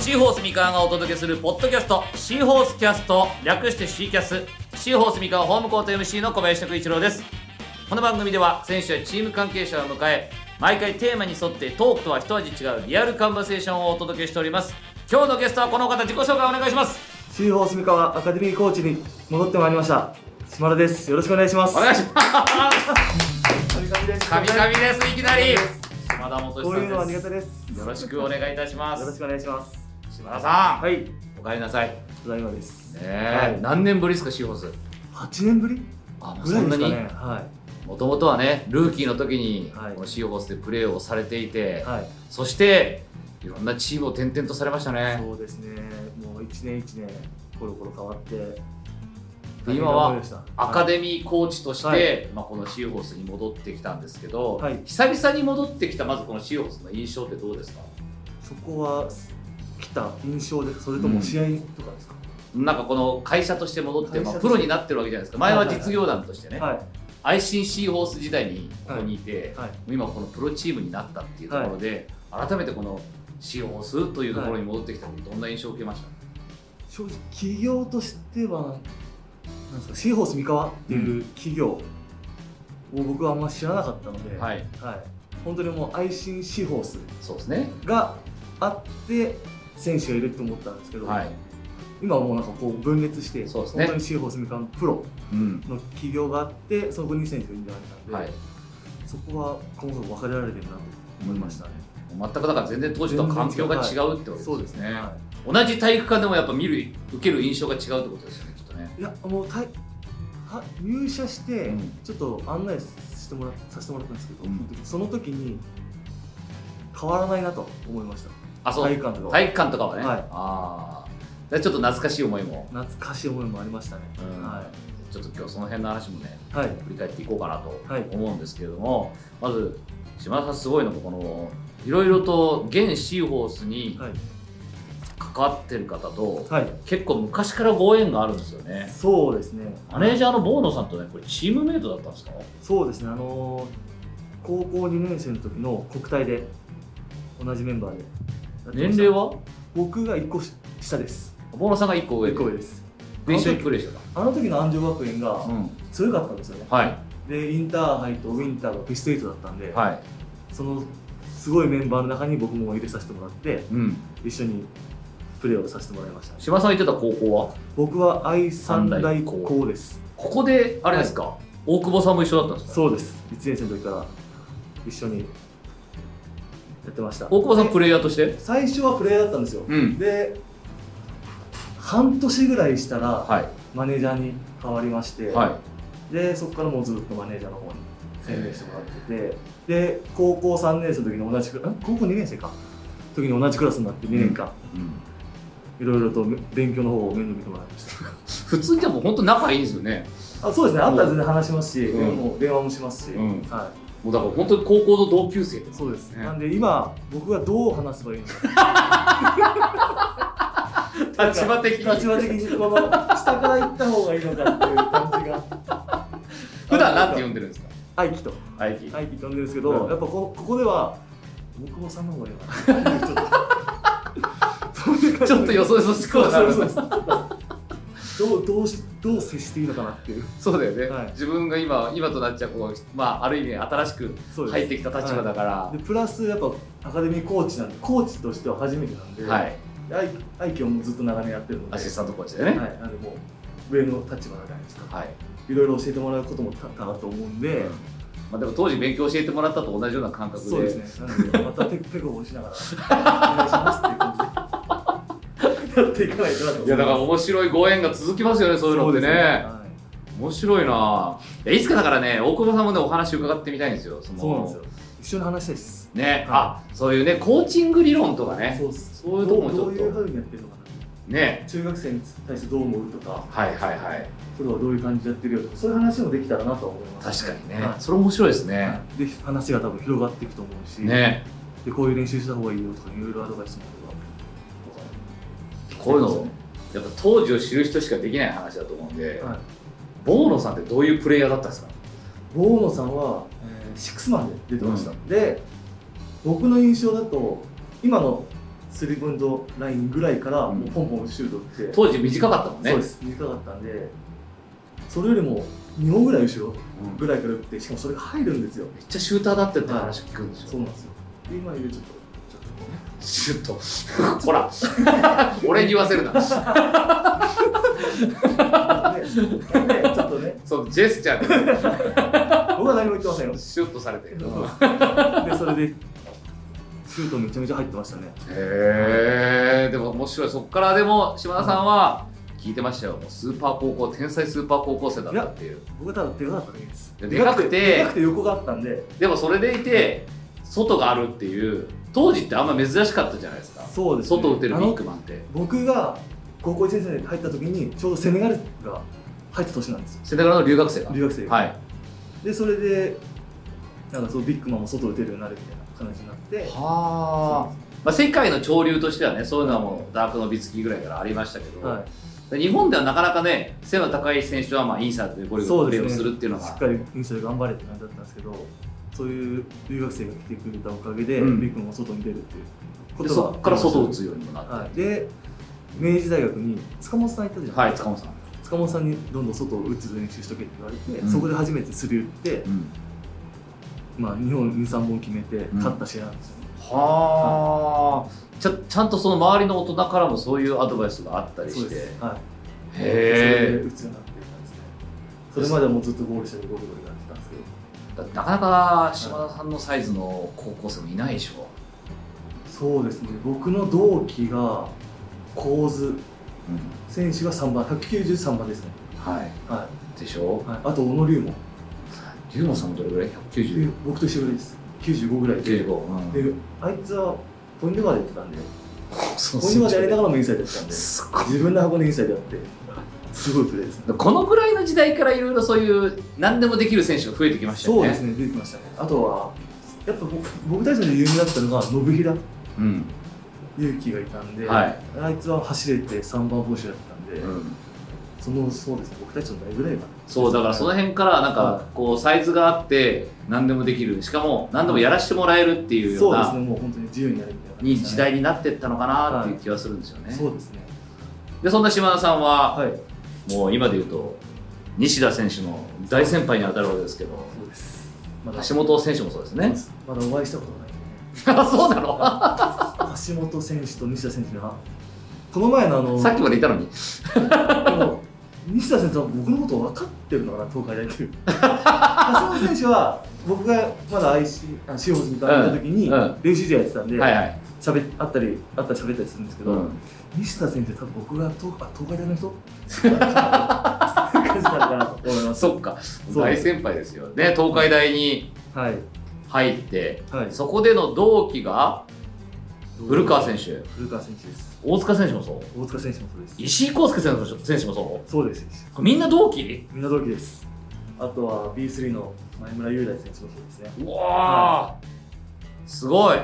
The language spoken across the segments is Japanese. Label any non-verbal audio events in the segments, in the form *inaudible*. シーホース三河がお届けするポッドキャスト、シーホースキャスト、略してシーキャス、シーホース三河ホームコート MC の小林拓一郎です。この番組では選手やチーム関係者を迎え、毎回テーマに沿ってトークとは一味違うリアルカンバセーションをお届けしております。今日のゲストはこの方、自己紹介お願いします。シーホース三河アカデミーコーチに戻ってまいりました。島田です。よろしくお願いします。お願いします。神々です神々です、いきなり。島田元こういうのさはんで苦す。手です。よろしくお願いいたしまよろしす。くお願いします。島田さん、はい、お帰りなさい。ねただいまです。えはい何年ぶりですか、シーホース。八年ぶりあ、もうぐそらいんなですかにね。はもともとはねルーキーの時に、はいこのシーホースでプレーをされていて、い、はい、そしていろんなチームを転々とされましたねそうですね。もう一年一年コロコロ変わって、今は大変な思いでしたアカデミーコーチとして、はいまあ、このシーホースに戻ってきたんですけど、はい久々に戻ってきたまずこのシーホースの印象ってどうですかそこは来た印象ですかそれとも試合とかですか。なんかこの会社として戻って、会社まあ、としてプロになってるわけじゃないですか前は実業団としてね、はい、愛心シーホース時代にここにいて、はい、今このプロチームになったっていうところで、改めてこのシーホースというところに戻ってきた時どんな印象を受けました、正直企業としてはなんですかシーホース三河っていう企業を僕はあんま知らなかったので、はいはい本当にもう愛心シーホースそうですね。があって選手がいると思ったんですけど、はい。今はもうなんかこう分裂して、そうですね本当にシーホース三河のプロうん。の企業があってそこに選手がいるんじゃないかなので、はい。そこは今後分かれられてるなと思いましたね、全くだから全然当時とは環境が違うってことですね。そうですね、は同じ体育館でもやっぱ見る受ける印象が違うってことですよね。きっとね。い、いやもうたいは入社して、うんちょっと案内してもらさせてもらったんですけど、うんその時に変わらないなと思いましたあ、そう。体育館とかは体育館とかはね。はいああ。でちょっと懐かしい思いも。懐かしい思いもありましたね、うんはちょっと今日その辺の話もね、いはい振り返っていこうかなとはい思うんですけれども、まず島田さんすごいのがこのいろいろと現シーホースにはい、関わってる方と。はい、結構昔からご縁があるんですよね。そうですねマネージャーのボーノさんとね、これチームメイトだったんですかそうですねあのー高校2年生の時の国体で同じメンバーでやってま年した齢は僕が1個し下ですボーノさんが1個上1個上でです一緒にプレーしてあの時の安城学園た、がん、強かったんですよね、はいでインターハイとウィンターがベスト8だったんで、はいそのすごいメンバーの中に僕も入れさせてもらってうん一緒にプレーをさせてもらいましたね島さん行ってた高校は僕は愛三大高ですここであれですか、大久保さんも一緒だったんですかそうです1年生の時から一緒にやってました大久保さんでプレイヤーとして最初はプレーヤーだったんですよ、うんで半年ぐらいしたらはマネージャーに変わりまして、いはでそこからもうずっとマネージャーの方に専念してもらっててで高校3年生の時に同じくらん高校2年生か時に同じクラスになって2年間、い、うん、いろいろとめ勉強の方を面倒見てもらいまし普通にでも本当仲いいんですよねたあそうですねあったら全然話しますし、うんもう電話もしますし、うんはもうだから本当に高校の同級生いそうです、ねなんで今僕がどう話せばいいのか *laughs* 立場的に立場的にこの下から行った方がいいのかっていう感じが普段なんて呼んでるんですか愛樹と *laughs* 愛希愛樹と呼んでるんですけど、うんやっぱこここでは大久保さんの方がいいのかなちょっとそういう感 *laughs* じちょっとよそよそしくはなるそうそうそうどうどうしどう接していいのかなっていうそうだよね、はい自分が今今となっちゃこう、まあ、ある意味新しくそうです入ってきた立場だから、でプラスやっぱアカデミーコーチなんでコーチとしては初めてなんで、はい、愛愛嬌もずっと長年やってるのでアシスタントコーチでね。はい、なんでもう上の立場じゃないですかはい。いろいろ教えてもらうことも多々あると思うんで、まあでも当時勉強教えてもらったと同じような感覚で。そうですねなんでまたペコペコをしながらお願いしますっていう感じでやっていかないとなと思ますいやだから面白いご縁が続きますよね、そういうのってね。そは面白いないやいつかだからね、大久保さんもね、お話伺ってみたいんですよ。そいのそうなんですよ一緒に話したいですね、あそういうね、コーチング理論とかね、そうっすそういうとこもちどょうっどういうふと。うにやってるのかなね。中学生に対してどう思うとかはいはいはい。プロはどういう感じでやってるよとかそういう話もできたらなと思います確かにね。はいそれ面白いですねは。いで話が多分広がっていくと思うし、ね。でこういう練習した方がいいよとかいろいろアドバイスもあればこういうのやっぱ当時を知る人しかできない話だと思うんで、はいボーノさんってどういうプレイヤーだったんですかボーノさんは、えーシックスマンで出てました、で僕の印象だと今のスリーポイントラインぐらいからうんもうポンポンシュート打って、当時短かったもんねそうです短かったんでそれよりも2本ぐらい後ろうんぐらいから打ってしかもそれが入るんですよめっちゃシューターだったって話聞くんですよ、そうなんですよで今いるちょっとちょっとこうねシュッとほら俺に言わせるなででちょっとね、そうジェスチャーで僕は何も言ってませんよ。シュッとされてるで、それで、シュートめちゃめちゃ入ってましたね。へえでも面白いそっからでも島田さんは聞いてましたよもうスーパー高校天才スーパー高校生だったっていう僕はただでかかっただけです。でかくてでかくて横があったんで、でもそれでいて外があるっていう当時ってあんま珍しかったじゃないですかそうです、ね。外打てるあビッのグマンって僕が高校1年生で入った時に、ちょうどセネガルが入った年なんですよ。セネガルの留学生が留学生が。はいで、それで、なんかそうビッグマンも外打てるようになるみたいな感じになって、はあ、まあ、世界の潮流としてはねそういうのはもうダークのビツキぐらいからありましたけど、はで日本ではなかなかね背の高い選手はまあインサイドでゴリゴリプレーをするっていうのい、がしっかりインスタで頑張れって感じだったんですけど、そういう留学生が来てくれたおかげで、うんビッグマンも外に出るっていうこでとそがこから外打つようにもなって、はい、で明治大学に塚本さんいたじゃなはいい、ですか、塚本さん。塚本さんにどんどん外を打つ練習しとけって言われて、うんそこで初めてスリー打って、うん、まあ、日本23本決めてん勝った試合なんですよね、はあ、ちゃちゃんとその周りの大人からもそういうアドバイスがあったりそしうて。です、はい、そへれで打つようになってたんですねそれまではもうずっとゴールしてるゴールゴールやってたんですけどえ。なかなか島田さんのサイズの高校生もいないでしょ。そうですね僕の同期が構図選手が3番193番ですね、はい。はでしょい。はい、あと小野龍も龍馬さんもどれぐらい？百九十僕と一緒ぐらいです95ぐらい九十で五。うんであいつはポイントガードやってたんでそうポイントガードやりなそうがらもインサイドやってたんですごい自分の箱のインサイドやってすごいプレーですねこのぐらいの時代からいろいろそういう何でもできる選手が増えてきましたよそうね。ですね。ね出てきましたねあとはやっぱ僕僕たちの有名だったのが信平うん。勇気がいたんで、はいあいつは走れて3番ポジションやってたんで、うんそのそうですね僕たちの代ぐらいかなそうだからその辺からなんはかこうサイズがあって何でもできるしかも何でもやらしてもらえるっていうようそうですなねもう本当に自由にやるみたいな感にじでし時たね代になってったのかなっていう気はするんですよね、そうですねでそんな島田さんははいもう今で言うと西田選手の大先輩に当たるわけですけどそうですま橋本選手もそうですねまだお会いしたことないんでねあ *laughs* そうなの橋本選手と西田選手がこの前のあのさっきまでいたのにでも西田選手は僕のこと分かってるのかな、東海大っていう。橋本選手は、僕がまだ IC、あシーホーズに行った時にうんうん、練習試合やってたんで、はいはい、喋あったり、あったり喋ったりするんですけど、うん西田選手、多分僕が東あ東海大の人って感じだったなと思います。そっかそう大先輩ですよね東海大にはい。入ってはい。そこでの同期が古川選手古川選手です。大塚選手もそう大塚選手もそうです。石井康介選手選手もそそうです。うみんな同期みんな同期です。あとは B3 の前村雄大選手もそうですね。やうわあ、すごいっ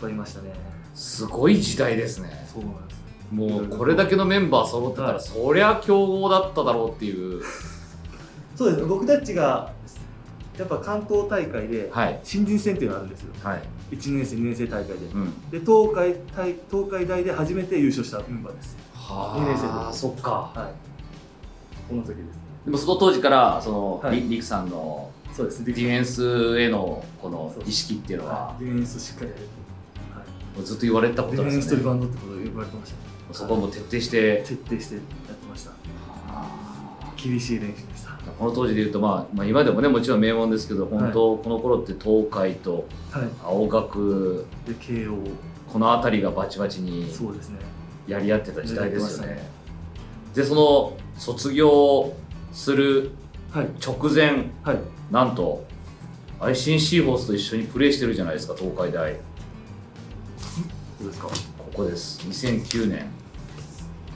ぱいいましたね。すごい時代ですねそうなんです。もうこれだけのメンバー揃ってたら、はいそりゃ強豪だっただろうっていうそうです僕たちがやっぱ関東大会ではい新人戦っていうのがあるんですよはい、 1年生2年生大会でうん、で東海大東海大で初めて優勝したメンバーですは二年生のあ時そっかはいこの時ですでもその当時からその、はいりりくさんのそうですデディフェンスへのこのそう意識っていうのははいディフェンスしっかりやる、もうずっと言われてたはこい、デとィなんフェでンスすとよリねバウンドってことを呼ばれてましたそこはもう徹底して徹底してやってましたあ厳しい練習でしたーこの当時でいうと、まあ、まあ今でもねもちろん名門ですけど本当、この頃って東海とはい青学で KO この辺りがバチバチにそうですねやり合ってた時代ですよやねってまし。でその卒業するはい直前はいなんとアイシンシーホースと一緒にプレーしてるじゃないですか東海大どうですかここです2009年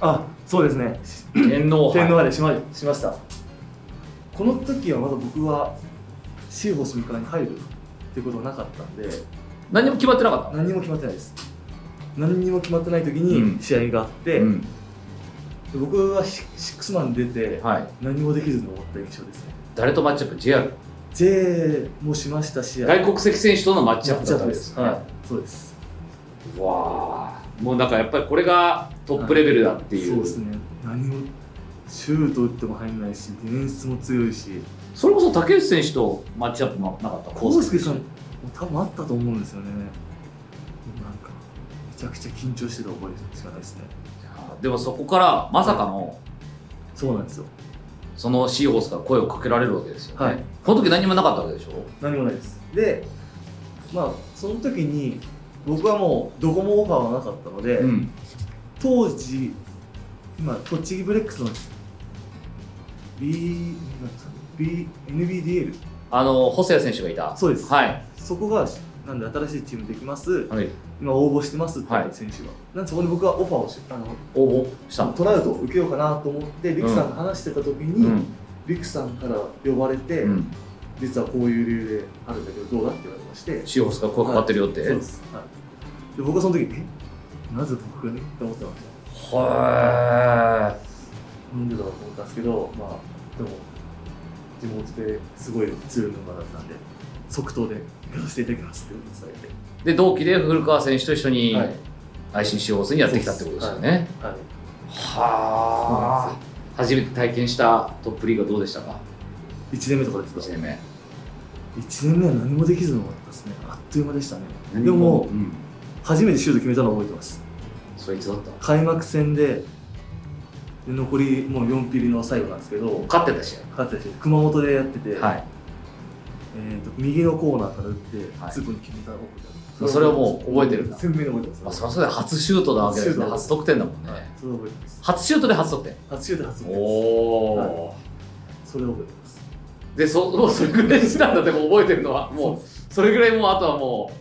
あそうですね天皇天杯皇までしましましたこの時はまだ僕はシーホース三河に入るってことはなかったんで何にも決まってなかっ何にも決まってないです何にも決まってない時うんに試合があって、た、うんで僕はシシックスマン出てはい、何もできずに終わった印象ですね誰とマッチアップ ?JR。 J もしましたし外国籍選手とのマッチアッマプッチだアったんップでですす、ね。はい、そうですわあ、もうなんかやっぱりこれがトップレベルだっていう。そうですね何もシュート打っても入んないしディフェンスも強いしそれこそ竹内選手とマッチアップもなかった。康介さ選ん手も多分あったと思うんですよねもうなんかめちゃくちゃ緊張してた覚えしかないですねあーでもそこからまさかの、そうなんですよそのシーホースから声をかけられるわけですよ、ね。はいこの時何もなかったわけでしょ何もないですでまあその時に僕はもうどこもオファーはなかったので、ん。当時今栃木ブレックスの B B NBDL あの、細谷選手がいた。そうですはい。そこがなんで新しいチームできますはい。今応募してますって言っはいた選手が、なんでそこで僕はオファーをしあの応募したの。トラウトを受けようかなと思ってリクさんと話してた時に、うん。リクさんから呼ばれて、うん実はこういう理由であるんだけどどうだって言われましてシーホースから声かかってるよって。そうです、はい、で僕はその時えなぜ僕がねって思ってましたはなんでだろうと思ったんですけど、まあ、でも、地元ですごい強いメンバーだったんで、即答でやらせていただきますってことを伝い。で、同期で古川選手と一緒えて、にはい、愛心シーホースにやってきたってことですよね。はい、はあ。初めて体験したトップリーグはどうでしたか1年目とかですか、 ?1 年目。 1年目は何もできずに終わったですね、あっという間でしたね、で何も、うん、初めてシュート決めたの覚えてます、それいつだった開幕戦で、で残りもう4ピリの最後なんですけど、勝ってた試勝ってたし熊本でやってて、合。はい。えーと、右のコーナーから打って、はいツーポイント決めたの覚えてますそれはもう覚えてるんだ鮮明に覚えてます、まあ、そりゃそうだよ初シュートなわけですね。初初得点だもんね。それは覚えてます。初シュートで初得点。初シュート初めてです。おーそれを覚えてます。でそ *laughs* もうそれぐらいしたんだってもう覚えてるのはもううそれぐらいもうあとはも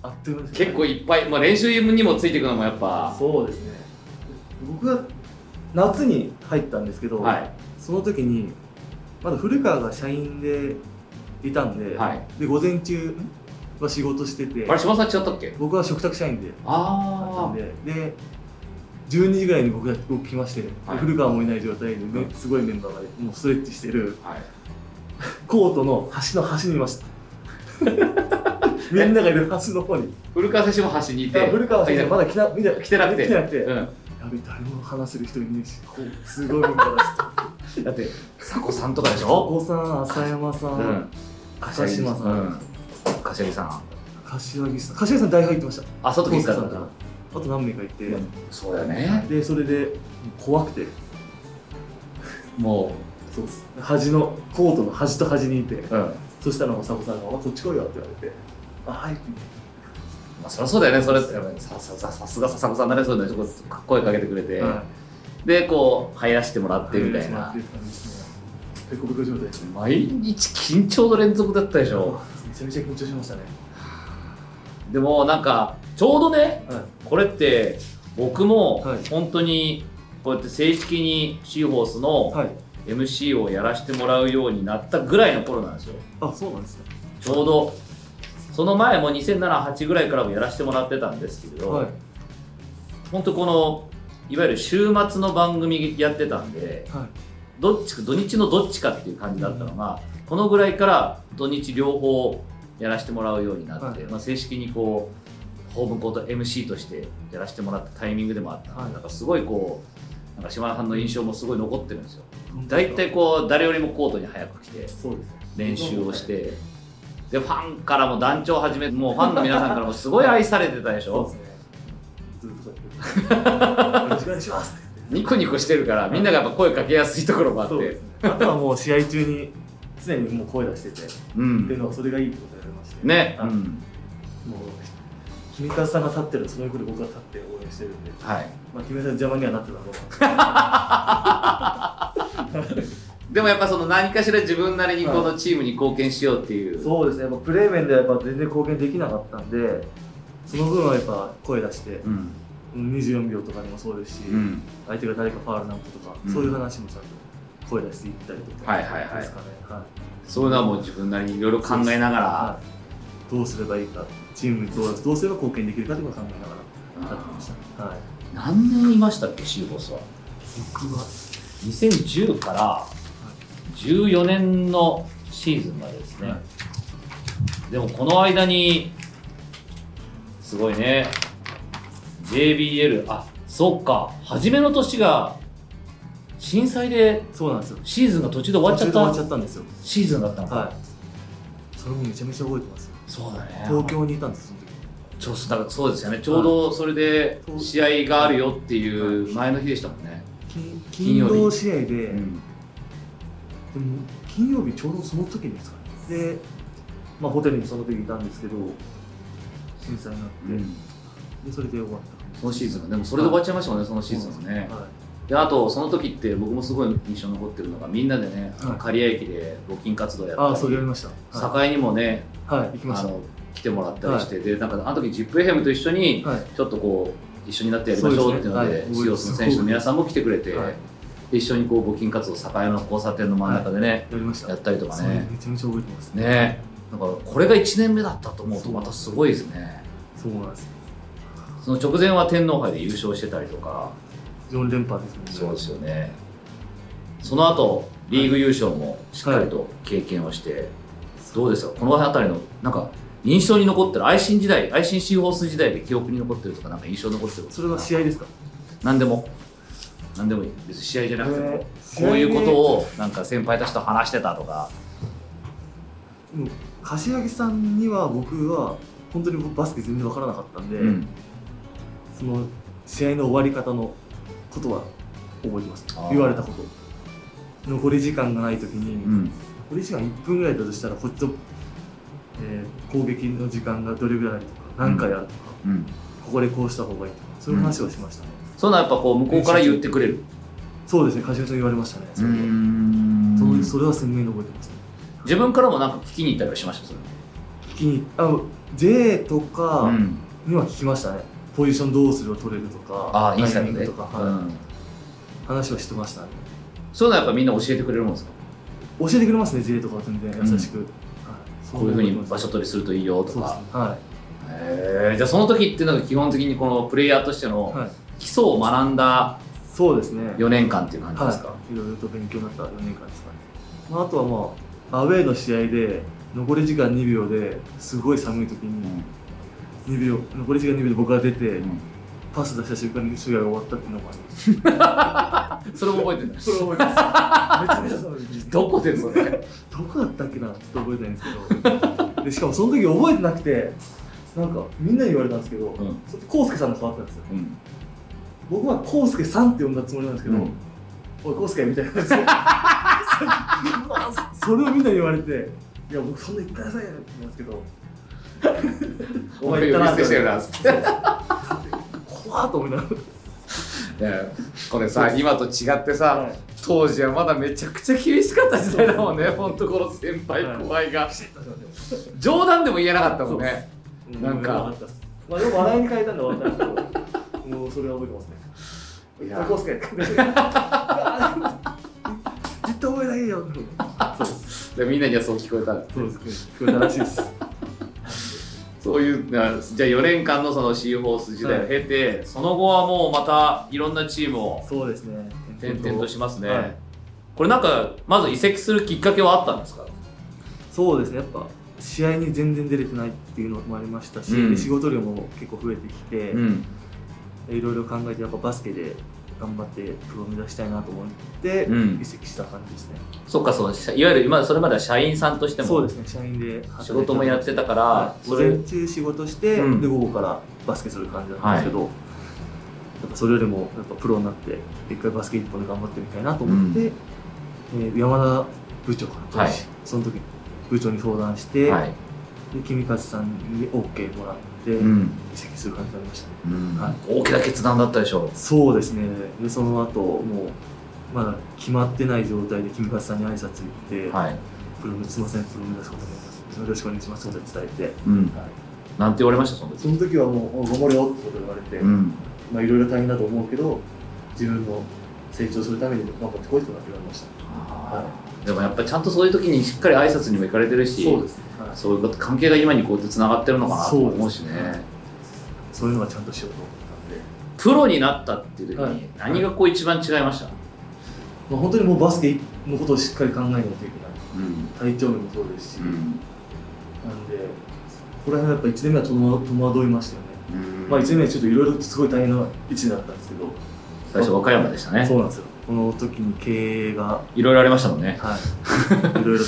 あっという間でうしたね結構いっぱい、まあ、練習にもついていくのもやっぱそうですね。僕が夏に入ったんですけど、はその時にまだ古川が社員でいたんいで、はいで午前中は仕事しててあ、れ島田さん違ったっけ僕は嘱託社員でだったあんで、で12時ぐらいに僕が僕来まして、ではい古川もいない状態でめうんすごいメンバーがもうストレッチしてるあはいコートの端の端にい *laughs* ました。みんながいる端の方に。古川選手も端にいてあ古川先生あいまだ来な見や来てなくて来てなくてうん、やべ誰も話せる人いねえしこうすごい文化だしだって佐古さんとかでしおょ、子さん浅山さ、うんん、柏島さん、うん、柏木さん柏木さん柏木さん代表行ってましたあその時康行った介んさだんがあと何名かいて、そうだよねでそれでもう怖くてもそうです端のコートの端と端にいてう、うんまそしたらもう佐古さんが「お前こっち来いよ」って言われて「あはい」ってあ、そりゃそうだよねそれやっぱりささささすが佐古さんだねそうだねそこ声かけてくれて、言って、はでこう入らせてもらっいてみたいな、はいって感じですねペコペコ状態です毎日緊張の連続だったでしょ、めちゃめちゃ緊張しましたね、でもなんかちょうどねはい、これって僕もはい本当にこうやって正式にシーホースのはい、 MC をやらせてもらうようになったぐらいの頃なんですよあそうなんですねちょうどその前も2007-8ぐらいからもやらせてもらってたんですけれど、はい本当このいわゆる週末の番組やってたんではいどっちか土日のどっちかっていう感じだったのが、このぐらいから土日両方やらせてもらうようになって、はいまあ、正式にこうホームコート MC としてやらせてもらったタイミングでもあったので、はいなんかすごいこうなんか島田さんの印象もすごい残ってるんですよ大体いこう誰よりもコートに早く来てそうですね練習をして、でファンからも団長はじめもうファンの皆さんからもすごい愛されてたでしそうょですね。ずっとこうやってよろしくお願いしますってニコニコしてるからみんながやっぱ声かけやすいところもあってそうですね。あとはもう試合中に常にもう声出してて、ってういうんのはそれがいいってことになりまして。ね、はう、いもうん君和さんが立ってるその横で僕が立って応援してるんで、はいまあ君和さん邪魔にはなってたのかでもやっぱその何かしら自分なりにこはのチームに貢献しようっていう、そうですね。やっぱプレー面ではやっぱ全然貢献できなかったんで、その分はやっぱ声出して、うん24秒とかにもそうですし、うん、相手が誰かファールなんかとか、うんそういう話もちゃんと声出していったりとかはいはいはいですかね。はいそういうのはもう自分なりにいろいろ考えながらはい、どうすればいいか、チームにどうどうすれば貢献できるかということを考えながらやってました。はい、何年いましたっけシーボスは僕は2010から14年のシーズンまでですね、はいでもこの間にすごいね JBL あそっか初めの年が震災でそうなんですよシーズンが途中で終わっちゃっ終わたっちゃったんですよシーズンだったのか、はいそれもめちゃめちゃ覚えてますよそうだね東京にいたんですその時ちょだからそうですよねちょうどそれで試合があるよっていう前の日でしたもんね、金金金曜日曜試合で、うんでも金曜日ちょうどその時ですかねで、まあ、ホテルにその時いたんですけど震災になって、でそれで終わったそのシーズンがでもそれで終わっちゃいましたもんね、そのシーズンもね、はであとその時って僕もすごい印象に残ってるのがみんなでね、は刈い谷駅で募金活動やい、っああたそうりやりましたは堺にもね、い、はい、行きまあしたの来てもらったりして、でなんかあの時 ZIPFM と一緒にはいちょっとこう一緒になってやりましょうっていうのそうでで、すねはいシオスの選手の皆さんも来てくれて、はいで一緒にこう募金活動堺の交差点の真ん中でね、やりましたやったりとかそれねめちゃめちゃ覚えてますねねだからこれが1年目だったと思うとまたすごいですねそうなんですよその直前は天皇杯で優勝してたりとか4連覇ですもんねそうですよね。その後リーグ優勝もしっかりと経験をして、どうですかこの辺りのなんか印象に残ってる愛心時代愛心シーホース時代で記憶に残ってるとかなんか印象に残ってることそれは試合ですか何でも何でもいい別に試合じゃなくても、えーこういうことをなんか先輩たちと話してたとかもう柏木さんには僕は本当に僕バスケ全然わからなかったんで、うんその試合の終わり方のことは覚えてますあー言われたこと残り時間がない時に、うん残り時間1分ぐらいだとしたらこっちと、えー攻撃の時間がどれぐらいあるとか何回あるとか、うんここでこうした方がいいとかそういう話をしましたね、そういうのはやっぱこう向こうから言ってくれるそうですね柏木さん言われましたねそれで、んそのそれは鮮明に覚えてますね自分からもなんか聞きに行ったりはしましたそれ聞きにあの J とかん、には聞きましたね、ポジションどうするを取れるとかああインサタイイミンドグでとか、はいうん話はしてましたねそういうのはやっぱみんな教えてくれるもんですか教えてくれますね J とかは全然優しく、はいこういうふうに場所取りするといいよとそうですかね、はへえじゃあその時っていうのが基本的にこのプレイヤーとしてい、のはい、基礎を学んだそうですね4年間っていう感じですか、はい、いろいろと勉強になった4年間ですかね、まあ、あとはまあアウェーの試合で残り時間2秒ですごい寒い時うにん2秒残り時間2秒で僕が出てうんパス出した瞬間に試合が終わったっていうのもありますそれも覚えてないそれ覚えてますめちゃめちゃ寒い時どこでそれどこだったっけなちょっと覚えてないんですけどでしかもその時覚えてなくてなんかみんなに言われたんですけど、うんそれコウスケさんが変わったんですようん僕はコウスケさんって呼んだつもりなんですけど、うんおい、コースケみたいな感じで *laughs* それをみんなに言われて、いや、僕、そんな言ってなさいよって言うんですけど、お前言ったなお前呼び捨っててしてるなっつって怖っと思いながら、ねこれさ今と違ってさ、はい当時はまだめちゃくちゃ厳しかった時代だもんね本当この先輩はい怖いが、冗談でも言えなかったもんねうなんかよわったっすまあ、でも笑いに変えたんで終わったんですけど、もうそれは覚えてますね。いいやや、コースケ *laughs* って言って覚えないよってそうです。でみんなにはそう聞こえたんですそうです。聞こえたらしいです。そういうなじゃあ4年間のそのシーホース時代を経て、その後はもうまたいろんなチームをそうですね。転々としますね、はいこれなんかまず移籍するきっかけはあったんですかそうですねやっぱ試合に全然出れてないっていうのもありましたし、うんで仕事量も結構増えてきて、んいろいろ考えてやっぱバスケで頑張ってプロ目指したいなと思って、うん移籍した感じですねそっかそういわゆる今それまでは社員さんとしてもそうですね社員で働い仕事もやってたから、はい、そ午れ前中仕事して、うんで午後からバスケする感じだったんですけど、やっぱそれよりもやっぱプロになって一回バスケ一本で頑張ってみたいなと思って、えー山田部長から当時、はいその時部長に相談して、はい、で君和さんに OK もらって、ん移籍する感じになりましたねうんはい大きな決断だったでしょそうですねでその後もうまだ決まってない状態で君和さんに挨拶行って、うはい、プロ目すいませんプロ目指すことになりますよろしくお願いしますって伝えて、うん、はいなんて言われましたその時その時はもうお「頑張れよ」ってこと言われて、んまあいろいろ大変だと思うけど自分の成長するために頑張ってこいってこと言われましたでもやっぱりちゃんとそういう時にしっかり挨拶にも行かれてるしそうですね、はい、そういうこと関係が今にこうやってつながってるのかなとそうです思うしねそういうのはちゃんとしようと思ったんでプロになったっていう時はいに何がこう一番違いました、まあ、本当にもうバスケのことをしっかり考えないといけうんない体調面もそうですし、うなんんでここら辺はやっぱ1年目は戸惑戸惑いましたよね、うんまあ、1年目はちょっといろいろすごい大変な1年だったんですけど、最初和歌山でしたねそうなんですよこの時に経営がいろいろありましたもんねはい *laughs* いろいろ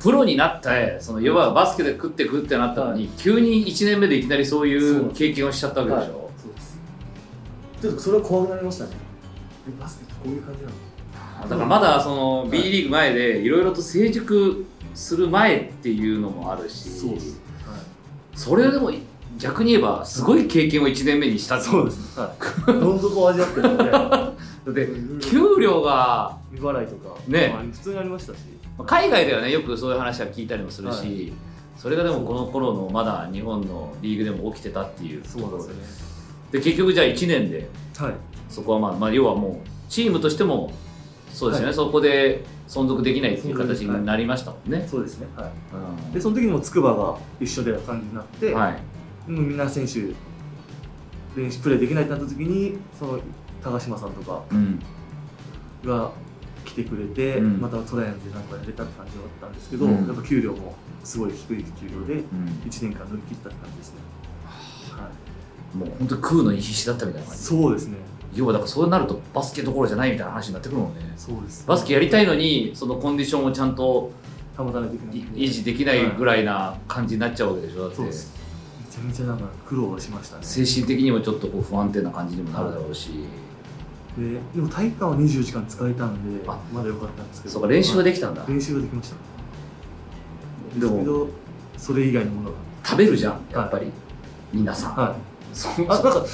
プロになってそのいわばバスケで食って食ってなったのに、急に1年目でいきなりそういう経験をしちゃったわけでしょ、そうですちょっとそれは怖くなりましたねえバスケってこういう感じなのだからまだそのい B リーグ前でいろいろと成熟する前っていうのもあるしそうです、はいそれでも逆に言えばすごい経験を1年目にしたってそうですね。はい。どん底を味わってるの *laughs* で、だって給料が未払いとか、ねまあ普通にありましたし、海外ではねよくそういう話は聞いたりもするし、はそれがでもこの頃のまだ日本のリーグでも起きてたっていうところでね。で結局じゃあ1年ではい。そこはまあ、まあ、要はもうチームとしてもそうですよね、そこで存続できないっていう形になりましたもんね。そうですね。はうんい。で、その時にも筑波が一緒で感じになって、はいもうみんな選手、練習プレーできないってなった時に、その高島さんとかうんが来てくれて、うんまたトライアンズでなんとかやれたって感じだったんですけど、うんやっぱ給料もすごい低い給料で、うん1年間乗り切ったって感じですね。はい。もう本当に食うのに必死だったみたいな感じそうですね。要はだからそうなるとバスケどころじゃないみたいな話になってくるもんねそうです。バスケやりたいのにそのコンディションをちゃんと保たないといけないいんで。維持できないぐらいな感じになっちゃうわけでしょだってそうですめちゃめちゃなんか苦労はしましたね精神的にもちょっとこう不安定な感じにもなるだろうし、ででも体育館は24時間使えたんであまだ良かったんですけどそうか練習はでできたんだ、練習はできましたでですけもどそれ以外のもの食べるじゃんやっぱり、皆さん、がはいそうあなん *laughs* か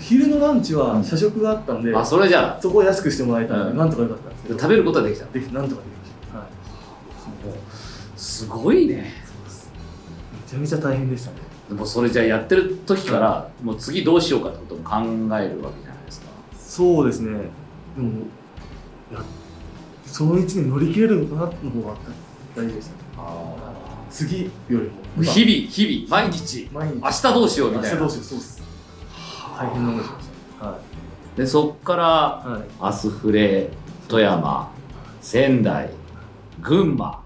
昼のランチは社食があったんで、あそれじゃあそこを安くしてもらえたんで、うんなんとか良かったんですけど食べることはできたできなんとかできましたはいすごいねそうですめちゃめちゃ大変でしたねでもそれじゃあやってる時からもう次どうしようかってことも考えるわけじゃないですかそうですねでもいやその1年乗り切れるのかなの方が大事でしたね次よりも日々日々毎日毎日明日どうしようみ明たい日などうしようそうです大変な思いしましたはでそっからいはいアスフレ富山仙台群馬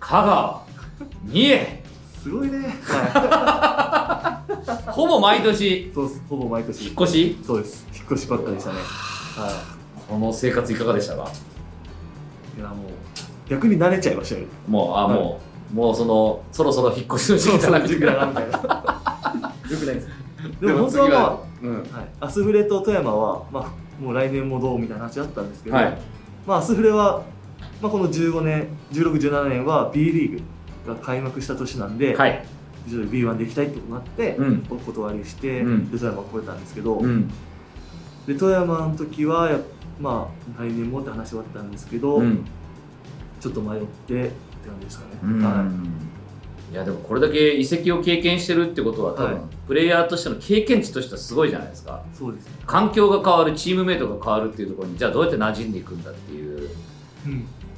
香川三重すごいねはほぼ毎年いそうですほぼ毎年引っ越しそうです引っ越しばっかりでしたねはこの生活いかがでしたかいいやもう逆に慣れちゃいましたよもうあ、もうもうそのそろそろ引っ越しの時期 *laughs* だなみたいなだな *laughs* みたいなよくないですでも本当は次まうんあ、はい、アスフレと富山は、まあ、もう来年もどうみたいな話だったんですけど、はいまあ、アスフレは、まあ、この15年1617年は B リーグが開幕した年なんで、はいちょっと B1 で行きたいってことになって、うんお断りして、うんで富山を超えたんですけど、うんで富山の時はやっまあ来年もって話はあったんですけど、うんちょっと迷ってって感じですかね、はいいやでもこれだけ移籍を経験してるってことは多分、はいプレイヤーとしての経験値としてはすごいじゃないですかそうですね、環境が変わるチームメイトが変わるっていうところにじゃあどうやって馴染んでいくんだっていう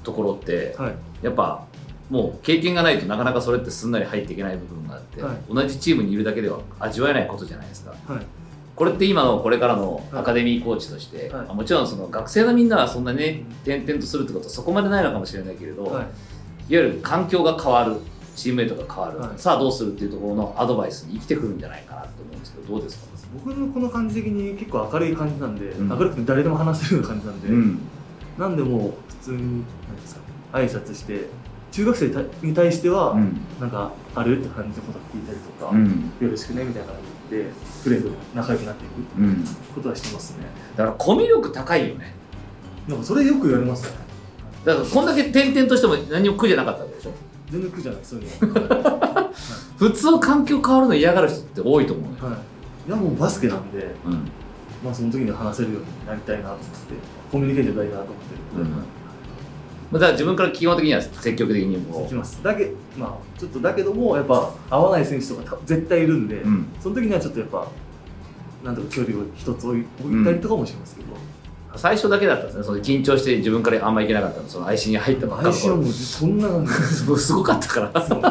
ところってはいやっぱもう経験がないとなかなかそれってすんなり入っていけない部分があって、はい同じチームにいるだけでは味わえないことじゃないですかはいこれって今のこれからのアカデミーコーチとして、はいまあもちろんその学生のみんなはそんなね転々とするってことはそこまでないのかもしれないけれど、はいいわゆる環境が変わるチームメイトが変わる、はいさあどうするっていうところのアドバイスに生きてくるんじゃないかなと思うんですけどどうですか、僕のこの感じ的に結構明るい感じなんで、うん明るくて誰でも話せるような感じなんで、ん、なんでもう普通に何ですか挨拶して中学生に対に対しては、んなんかあるって感じのこと聞いたりとか、んよろしくねみたいな感じでフレンドで仲良くなっていくうん、だことはしてますねからコミュ力高いよねなんかそれよく言われますねだからこんだけ転々としても何も苦じゃなかったわけでしょ全然苦じゃないそういうの普通環境変わるの嫌がる人って多いと思うね、はいいやもうバスケなんでうんまあその時に話せるようになりたいなと思ってコミュニケーション大事だなと思ってるので、まあだから自分から基本的には積極的に行もきますだけまあちょっとだけどもやっぱ合わない選手とかた絶対いるんで、う、うん、その時にはちょっとやっぱなんとか距離を一つ置い置いたりとかもしますけど、最初だけだったんですねその緊張して自分からあんまいけなかったのその IC に入ったばっか毎の週は頃もうそんな感じですもう *laughs* すごかったからすごい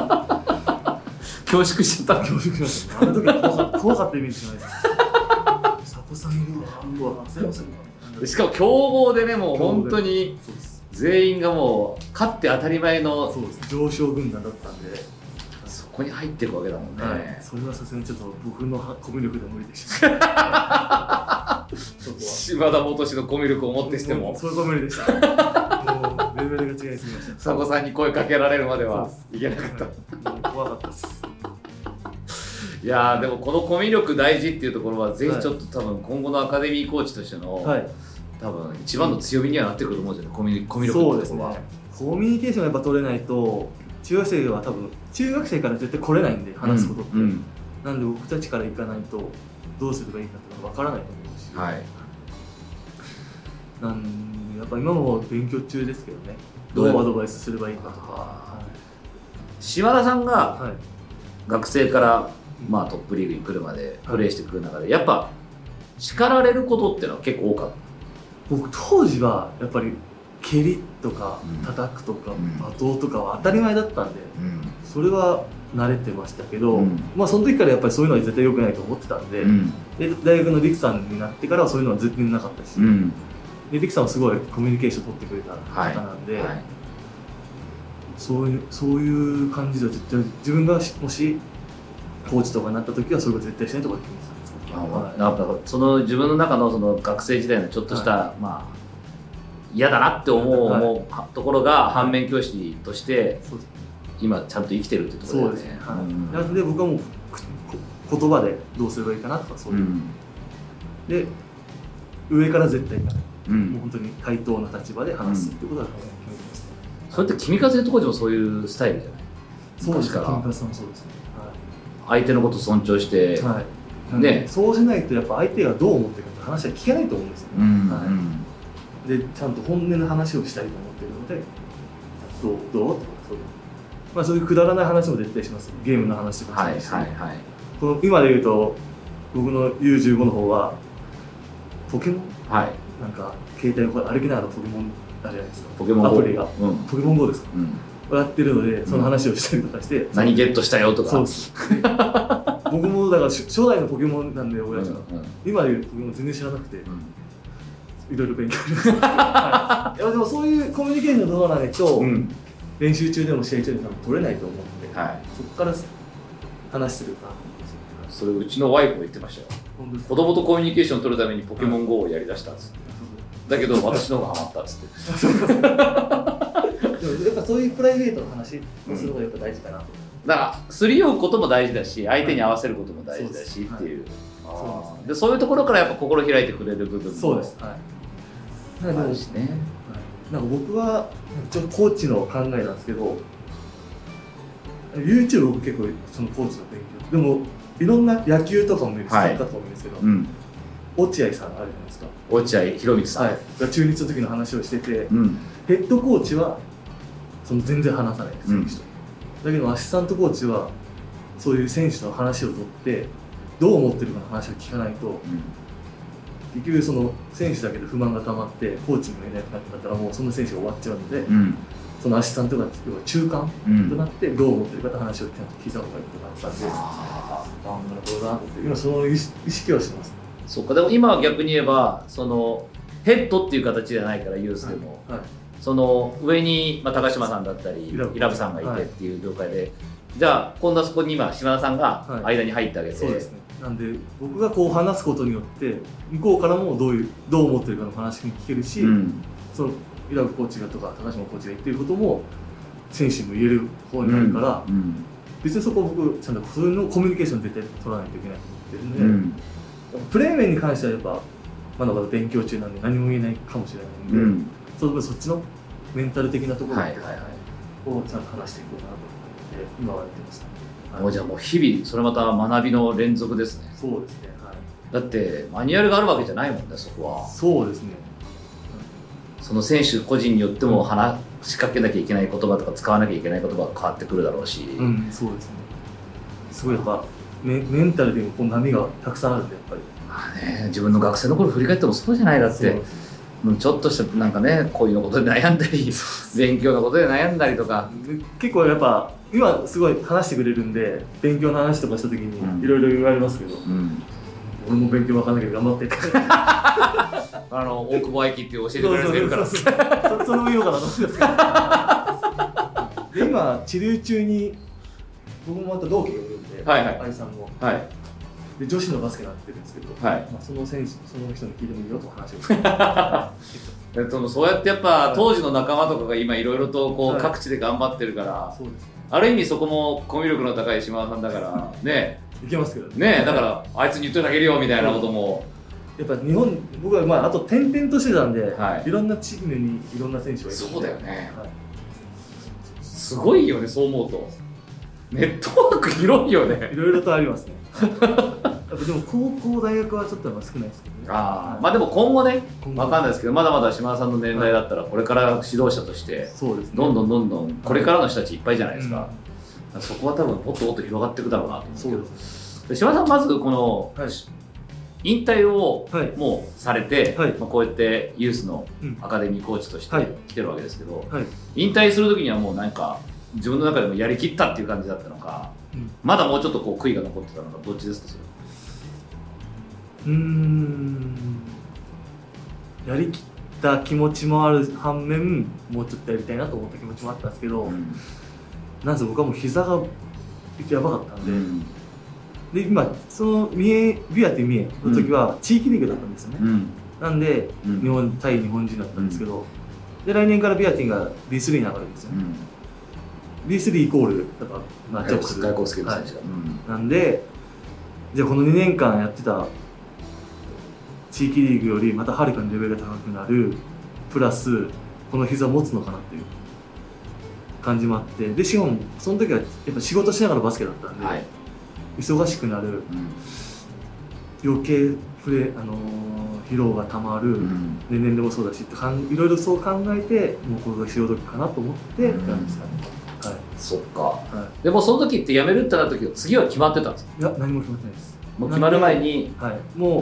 恐恐縮しちゃった縮しましたねあの時は怖かった怖かったイメージしかないですサポ子さんいるわうわすいませんみたいなしかも強豪でねもう本当にそうです全員がもう勝って当たり前のそうです上昇軍団だったんで、そこに入ってるわけだもんね、はい、それはさすがにちょっと僕のはコミュ力では無理 *laughs* でしたそこは島田元氏のコミュ力を持ってしてもそれは無理でしたもうレベルが違いすぎました佐古さんに声かけられるまではそういけなかったもう怖かったですいやーでもこのコミュ力大事っていうところはぜひちょっと多分今後のアカデミーコーチとしての、はい多分一番の強みにはなってくると思うじゃないコミュコミュ力そうのとでこすろねは、コミュニケーションがやっぱ取れないと中学生は多分中学生から絶対来れないんで話すことって、うんうんなんで僕たちから行かないとどうすればいいかっていうのが分からないと思うし、はいなんでやっぱ今も勉強中ですけどねどどううやアドバイスすればいいかとか、あ島田さんがはい、学生から、まあ、トップリーグに来るまでプレーしてくる中でやっぱ叱られることってのは結構多かっ僕当時はやっぱり蹴りとかうん叩くとかうん罵倒とかは当たり前だったんでた、うんそれは慣れてましたけど、うんまあその時からやっぱりそういうのは絶対良くないと思ってたんで、うんで大学のリクさんになってからはそういうのは絶対なかったし、うんでリクさんはすごいコミュニケーション取ってくれたはい方なんで、はいそういうそういう感じでは絶対自分がしもしコーチとかになった時はそれが絶対しないとか決めてたんですあよ、まはあいなんかその自分の中のその学生時代のちょっとした、まあ嫌だなって思う、はい思うはところが反面教師としてそうです今ちゃんと生きてるってとこそろだうよですねね、。はいなので僕はもうくこ言葉でどうすればいいかなとかそうういう、んで上から絶対行かない、うんもう本当に対等な立場で話すってことだから、決めてましたそれって君風当時もそういうスタイルじゃないそうで昔すねから金髪さんもそうですね、はい相手のこと尊重して、はい、ねそうしないとやっぱ相手がどう思ってるかって話は聞けないと思うんですよ、うねんはいうんでちゃんと本音の話をしたいと思ってるのでどうどうってことで、まあ、そういうくだらない話も絶対しますゲームの話とかはもしいますし、はいはいこの今で言うと僕の U15 の方はポケモンはいなんか携帯をこう歩きながらポケモンあるじゃないですかポケモンアプリがうんうんポケモン GO ですかをやってるのでその話をしたりとかして、何ゲットしたよとかそうです *laughs* 僕もだから初初代のポケモンなんでうん親父は、うん今で言うとポケモン全然知らなくてうんいろいろ勉強し *laughs* ました、はい、いやでもそういうコミュニケーション取らないと、うん練習中でも試合中でも多分取れないと思うんで、はいそこから話してるかそれうちのワイフも言ってましたよ本当です子供とコミュニケーションを取るためにポケモン GO をやりだしたんですだけど私の方がハマったっつってでもやっぱそういうプライベートの話をするのがやっぱ大事かなと、だからすり合うことも大事だし相手に合わせることも大事だしはいっていうはいあそうですーねでそういうところからやっぱ心開いてくれる部分もそうですはいなんかあでもるしねはいなんか僕はちょっとコーチの考えなんですけど YouTube 僕結構そのコーチの勉強でもいろんな野球とかも見るしサはいッカーとかも見るんですけど、うん落合さんあるじゃないですか、落合博満さん、はい、が中日の時の話をしててうんヘッドコーチはその全然話さない選手と、だけどアシスタントコーチはそういう選手との話を取ってどう思ってるかの話を聞かないと結局その選手だけで不満が溜まってコーチにもいなくなったらもうその選手が終わっちゃうので、うんそのアシスタントが要は中間うとんなってどう思ってるかって話をちゃんと聞いた方がいいとなったんで、あなんだろうなって今その意識意識はしてますーそうかでも今は逆に言えばそのヘッドっていう形じゃないからユースでも、はい、その上に、まあ、高島さんだったりイラブイラブさんがいてっていう業界で、じゃあ今度はそこに今島田さんがはい間に入ってあげて、そうですねなんで僕がこう話すことによって向こうからもどういうどう思ってるかの話も聞けるし、うんそのイラブコーチがとか高島コーチが言ってることも選手にも言える方になるから、うん別にそこは僕ちゃんとそれのコミュニケーション絶対取らないといけないと思ってるんで、うんプレー面に関してはやっぱまだまだ勉強中なんで何も言えないかもしれないうんで、んその分そっちのメンタル的なところはいはいはいをちゃんと話していこうかなと思って今はやってました、もうじゃあもう日々それまた学びの連続ですねそうですねはいだってマニュアルがあるわけじゃないもんねそこはそうですねその選手個人によっても話しかけなきゃいけない言葉とか使わなきゃいけない言葉が変わってくるだろうし、うんそうですねすごいやっぱメメンタルでもこう波がたくさんあるんでやっぱりまあね、自分の学生の頃振り返ってもそうじゃないだっそうてうんちょっとしたなんかね恋のことで悩んだり勉強のことで悩んだりとかで結構やっぱ今すごい話してくれるんで勉強の話とかした時うんにいろいろ言われますけど、うん、俺も勉強わかんないけど頑張ってってあの大久保愛機っていう教えてくれる人いるからそうそうそう *laughs* そそれも言おうかなと思ってたんですけどで今治療中に僕もまた同期がいるんで、はいはい愛さんもはいで女子のバスケになってるんですけど、はいまあ、その選手その人に聞いてもいいよと話をしてえっとそうやってやっぱ当時の仲間とかが今いろいろとこはうい各地で頑張ってるから *laughs* そうですねある意味そこもコミュ力の高い島田さんだからねいけますけどねねだからあいつに言っといてあげるよみたいなこともやっぱ日本僕はまああと転々としてたんで、はいい、ろんなチームにいろんな選手がいるんでそうだよねはいすごいよねそう思うとネットワーク広いよねいろいろとありますね。 *laughs* やっぱでも高校大学はちょっとやっぱ少ないですけどね。あはあいまあでも今後ね今後わかんないですけどまだまだ島田さんの年代だったらこれから指導者としてそうですね。どんんどんどんどんこれからの人たちいっぱいじゃないですか、うそこは多分もっともっと広がっていくだろうなと思うんんですそけうどですで島田さんまずこのね。はい。引退をはいもうされて、はいまあ、こうやってユースのうんアカデミーコーチとしてはい来てるわけですけど、はい。引退する時にはもうなんか自分の中でもやりきったっていう感じだったのかうんまだもうちょっとこう悔いが残ってたのかどっちですかそれうーん。やりきった気持ちもある反面、もうちょっとやりたいなと思った気持ちもあったんですけど、うんなんせ僕はもう膝がやばかったんで、で今その三重ビアという三重の時は地域リーグだったんですよね。うんなんで、うん日本対日本人だったんですけど、で来年からビアティンが B3 に上がるんですよ、うねん B3 イコールやっぱマッチアップする外交介の選手はが、うんいなんでじゃあこの2年間やってた地域リーグよりまたはるかにレベルが高くなるプラスこの膝持つのかなっていう感じもあってでしかもその時はやっぱ仕事しながらバスケだったんで、はい、忙しくなうるん余計プレーあのー疲労がたまる、うんで年齢もそうだしってかんいろいろそう考えてもうこの時しようときかなと思ってやるんですかね、そっかはい、はでもその時って辞めるってなった時は次は決まってたんですかい、いや何も決まってないですもう決まる前にはいもう、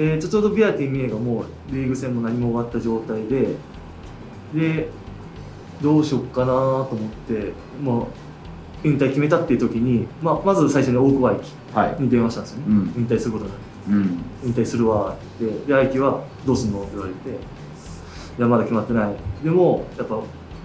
えー、ちょちょうどビアティ・ミエがもうリーグ戦も何も終わった状態ででどうしよっかなと思ってもう引退決めたっていう時に、まあ、まず最初に大久保愛希はいに電話したんですようね、ん引退することになってうん引退するわって言ってで愛希は「どうすんの?」って言われて「いやまだ決まってない」でもやっぱ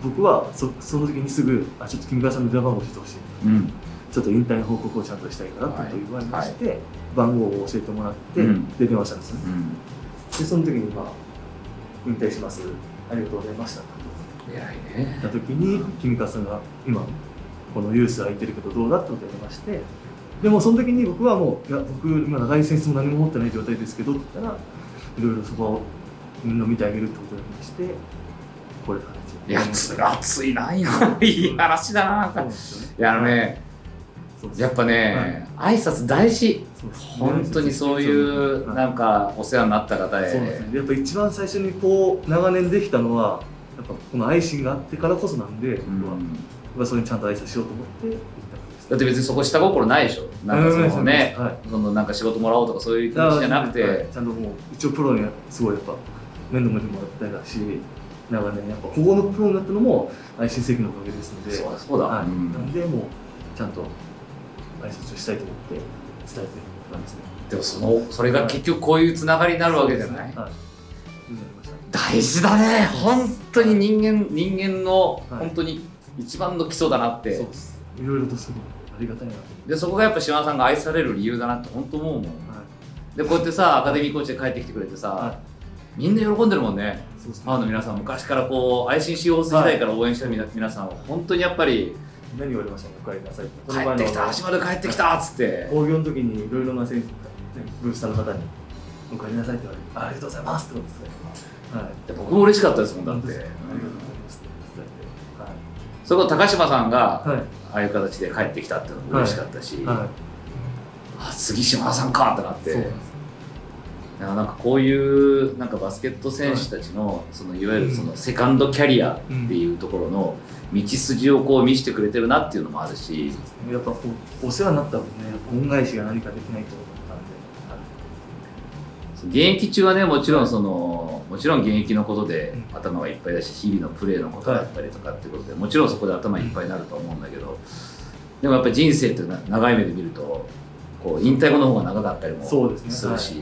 僕はそその時にすぐ「あちょっと君川さんの電話番号教えてほしい」うんちょっと引退の報告をちゃんとしたいからってことを言われまして、番号を教えてもらって、うんで電話したんですよねうんでその時にまあ「引退しますありがとうございました」って偉いね言った時に君川さんが「今このユース空いてるけどどうだ?」ってことを言われましてでもその時に僕はもう「いや僕まだライセンスも何も持ってない状態ですけど」って言ったらいろいろそこを飲みてあげるってことを言われましてこれからいやつ熱いな今いい話だなそうなんですよねいやあのねそうですやっぱね、挨拶大事そうです本当にそういうはいなんかお世話になった方へそうなんですね、やっぱ一番最初にこう長年できたのはやっぱこの愛心があってからこそなんで、うん僕はやっぱそれにちゃんと挨拶しようと思って行ったんですだって別にそこ下心ないでしょなんかそのね、はいそのなんか仕事もらおうとかそういう気持ちじゃなくて、はいちゃんともう一応プロにすごいやっぱ面倒見てもらったりだし長年やっぱここのプロになったのも愛心席のおかげですのでそうだそうだ、はいうんなんでもうちゃんと挨拶をしたいと思って伝えてる感じですねでもそのそれが結局こういうつながりになるわけじゃない、はいそうなりました大事だねそうで本す当に人間人間のはい本当に一番の基礎だなって、そうですいろいろとすごいありがたいなと思ってでそこがやっぱ島田さんが愛される理由だなって本当思うもんはいでこうやってさアカデミーコーチで帰ってきてくれてさ、はみんな喜んでるもんねそうですねファンの皆さん昔からこう愛心しよう時代から応援してる皆さんは本当にやっぱり何言われましたね、お帰りなさいって。帰ってきた足まで帰ってきたっつって工業の時にいろいろな選手、ねブースターの方に、お帰りなさいって言われて、あありがとうございますってことですね。はい。で僕も嬉しかったですもんだっ本て当ですねありがとううんございますって伝それこそ高島さんがえて。はい。ああいう形で帰ってきたっていうのも嬉しかったし、はあ杉島田さんかってなっい。そうなんてです。なんかこういうなんかバスケット選手たちの,、い、そのいわゆるそのセカンドキャリアっていうところの道筋をこう見せてくれてるなっていうのもあるしやっぱこう、お世話になったもんね、やっぱ恩返しが何かできないと思ったんで。は現役中はねもちろんそのもちろん現役のことでうん頭がいっぱいだし日々のプレーのことだったりとかっていうことでもちろんそこで頭いっぱいになると思うんだけどでもやっぱり人生ってな長い目で見るとこう引退後の方が長かったりもそうですねするし、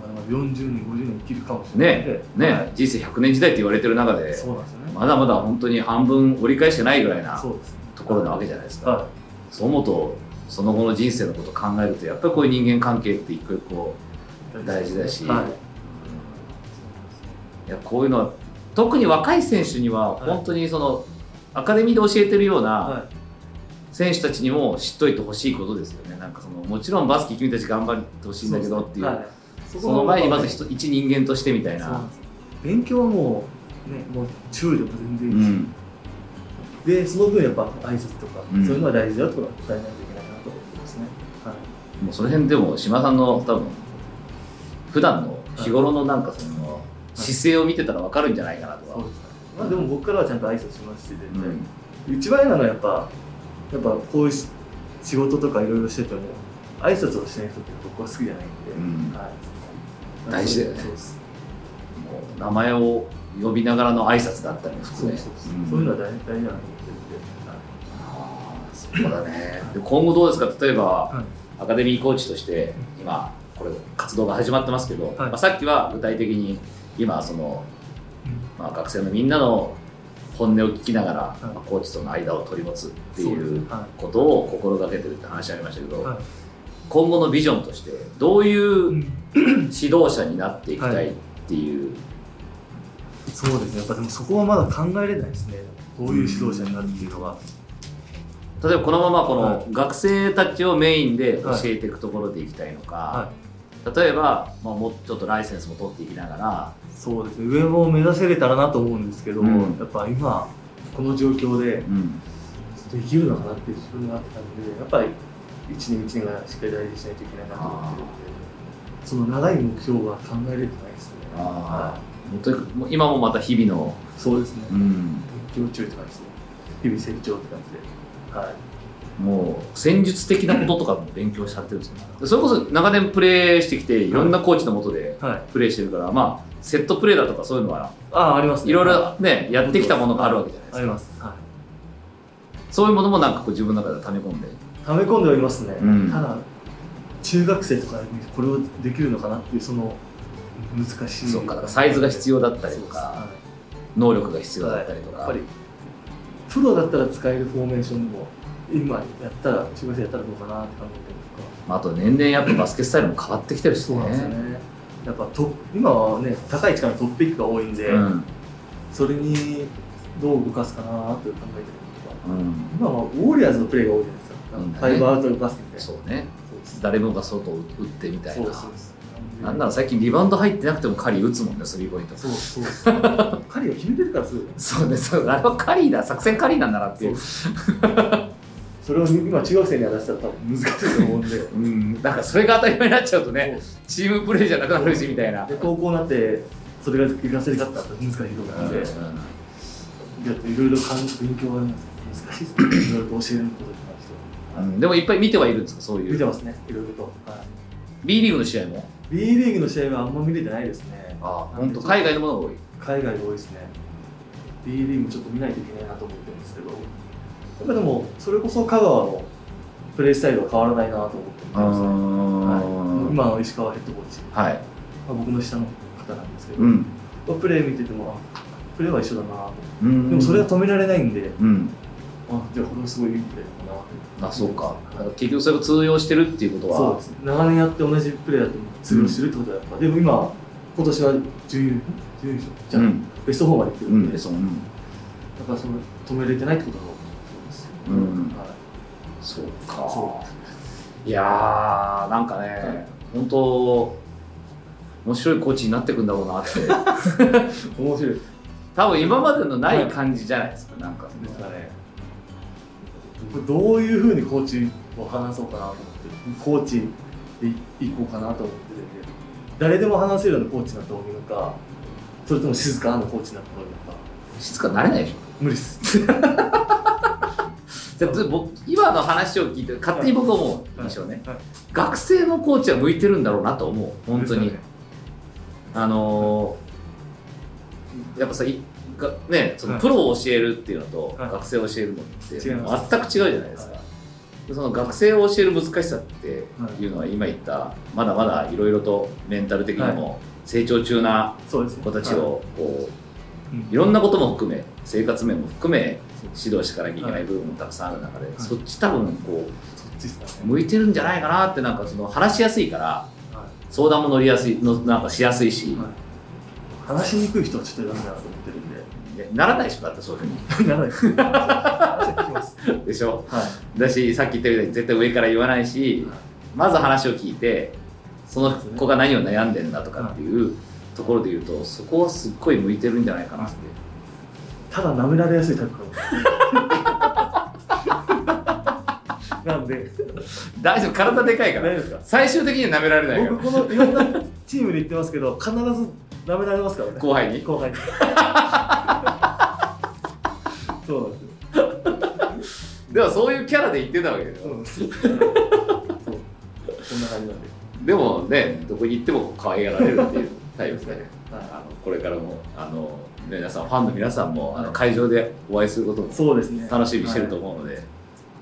まだまだ40年50年生きるかもしれないんねでね、はい人生100年時代って言われてる中でそうなんですよね、まだまだ本当に半分折り返してないぐらいなそうですねところなわけじゃないですか、はそう思うとその後の人生のことを考えるとやっぱりこういう人間関係って一個一個い大事だし、はいいやこういうのは特に若い選手にははい本当にその、アカデミーで教えてるようなは選手たちにも知っといてほしいことですよねなんかそのもちろんバスケ君たち頑張ってほしいんだけどっていうそはいそこの前にがまず人一人間としてみたいそうななんですよ勉強はもうねもう注意でも全う然いいし、んでその分やっぱ挨拶とか、うんそういうのは大事だとは伝えないといけないなと思ってますね、はい、もうその辺でも島さんの多分普段の日頃のなんかその姿勢を見てたら分かるんじゃないかなとそうはですねまあでも僕からはちゃんと挨拶しますし絶う対、ん一番嫌なのはやっぱやっぱこういうし仕事とかいろいろしてても挨拶をしない人って僕は好きじゃないんで、うんはい、大事だよねそうですもう名前を呼びながらの挨拶だったりもそ含うめですそうです、うんそういうのは大事大事だなと思ってああそうだねで今後どうですか例えば、はいアカデミーコーチとして今これ活動が始まってますけど、まあ、さっきは具体的に今その、まあ、学生のみんなの本音を聞きながら、いまあコーチとの間を取り持つってていそうですうねはことを心がけてるって話ありましたけど、はい今後のビジョンとしてどうい、いう指導者になっていきたいっていう、そうですねやっぱでもそこはまだ考えれないですねどういう指導者になるっていうのは、例えばこのままこはの学生たちをメインで教えていくところでいきたいのか、は例えば、まあ、もうちょっとライセンスも取っていきながら、い、そうですね上も目指せれたらなと思うんですけど、うんやっぱ今この状況でうんちょっと生きるのかなっていう自分があったんでやっぱり一年一年がしっかり大事にしないといけないなと思ってるんでその長い目標が考えれてないですねあはーもうとにかくもう今もまた日々の、いそうですねうん勉強中って感じですね日々成長って感じではいもう戦術的なこととかも勉強しちゃってるんですよ、でそれこそ長年プレーしてきていろんなコーチのもとではいプレーしてるから、まあ、セットプレーだとかそういうのはああありますねいろいはろ、ね、やってきたものがあるわけじゃないであすりかますはいそういうものもなんかこう自分の中で溜め込んで溜め込んではいますね、うんただ中学生とかにこれをできるのかなっていうその難しいそうかだからサイズが必要だったりとか能力が必そうです要はいだったりとか、やっぱりプロだったら使えるフォーメーションでも今やったら中学生やったらどうかなって考えてるとかまあ、あと年々やっぱバスケスタイルも変わってきてるしそうなんですよねやっぱトップ今はね高い力のトップピックが多いんで、うんそれにどう動かすかなって考えてるとうかん今はウォリアーズのプレーが多いじゃないですか、うんファイブアウトのバスケみたいなそうねそうです誰もが外を打ってみたいそうなですそうですなんなら最近リバウンド入ってなくてもカリー打つもんねスリーポイントそうそうそう彼が決めてるからすごいよねそうねそうあれはカリーだ作戦カリーなんだなっていうそれを今中学生には出したら多分難しいと思うんでそううんなんかそれが当たり前になっちゃうとねチームプレーじゃなくなるしみたいなで高校になってそれが活かせるかってなったら難しいと思うんで、うんいろいろ感じ勉強があります難しいですねいろいろと教えることに関しては、うんでもいっぱい見てはいるんですかそうい見てうますねいろいろと、はい B リーグの試合も B リーグの試合はあんま見れてないですねあ本当海外のものが多い海外が多いですね B リーグちょっと見ないといけないなと思ってるんですけどやっぱでもそれこそ香川のプレースタイルは変わらないなと思って見てますね、はい、は今の石川ヘッドコーチ、まいはいあ、僕の下の方なんですけど、うんまあプレー見ててもあプレーは一緒だなとうんでもそれは止められないんでうんあじゃあこれはすごいいいプレーだなあそうかだからはい結局それが通用してるっていうことはそうですね長年やって同じプレーやっても通用してるってことはやっぱ、でも今今年は準優準優勝じゃあ、うんベスト4まで来てるうんんで、でだそのうんからその止めれてないってことが大きいそうですようんはいそうかそいやーなんかね、い本当面白いコーチになってくんだろうなって面白いで多分今までのない感じじゃないですかなんかそのすかね僕どういうふうにコーチを話そうかなと思ってコーチで行こうかなと思ってて誰でも話せるようなコーチになった方がいいのかそれとも静かなコーチになった方がいいのか静かになれないでしょ無理っすじゃあず僕今の話を聞いて勝手に僕は思う印象ね、はいはい学生のコーチは向いてるんだろうなと思う本当に、ですよねあのーやっぱさいがねそのはいプロを教えるっていうのと、はい学生を教えるのって違い全く違ますうじゃないですか、その学生を教える難しさっていうのは今言ったまだまだいろいろとメンタル的にも成長中なそうですね子たちはをこいうんういろんなことも含め生活面も含め指導していかなきゃいけない部分もたくさんある中でいそっち多分こそっちですかうね、向いてるんじゃないかなってなんかその話しやすいからは相談も乗りやすいのなんかしやすいいしはい、話しにくい人はちょっとダメだなと思ってるんでねならないでしょだってそういうふならないです話は聞きますうにでしょはいだしさっき言ったように絶対上から言わないしまず話を聞いてその子が何を悩んでんだとかっていうところで言うとそこはすっごい向いてるんじゃないかなってただ舐められやすいタイプかも *laughs* なんで大丈夫体でかいか大ら丈夫ですか最終的には舐められないから僕このいろんなチームで言ってますけど必ず舐められますからね後輩に後輩に *laughs* そうなんですよでもそういうキャラで言ってたわけでしそうょなんですよそうこんな感じなんででもねどこに行っても可愛がられるっていうタイプではこれからもあの皆さんファンの皆さんもあの会場でお会いすることもいそうですね楽しみにしてるとは思うので、い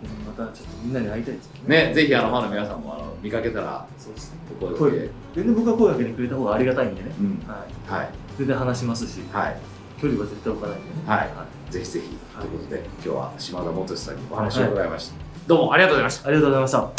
またちょっとみんなに会いたいですよねぜひあのファンの皆さんもあの見かけたらそうですねお声をかけて、全然僕は声かけてくれた方がありがたいんでね、うん、はい、はい全然話しますしはい距離は絶対置かないんでねはいはい、ぜひぜひはいということで今日は島田元志さんにお話を伺いました、どうもありがとうございましたありがとうございました